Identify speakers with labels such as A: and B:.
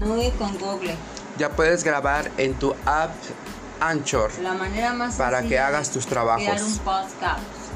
A: nube con Google.
B: Ya puedes grabar en tu app Anchor
A: La manera más
B: para que
A: sencilla de
B: hagas tus
A: crear un
B: trabajos.
A: podcast.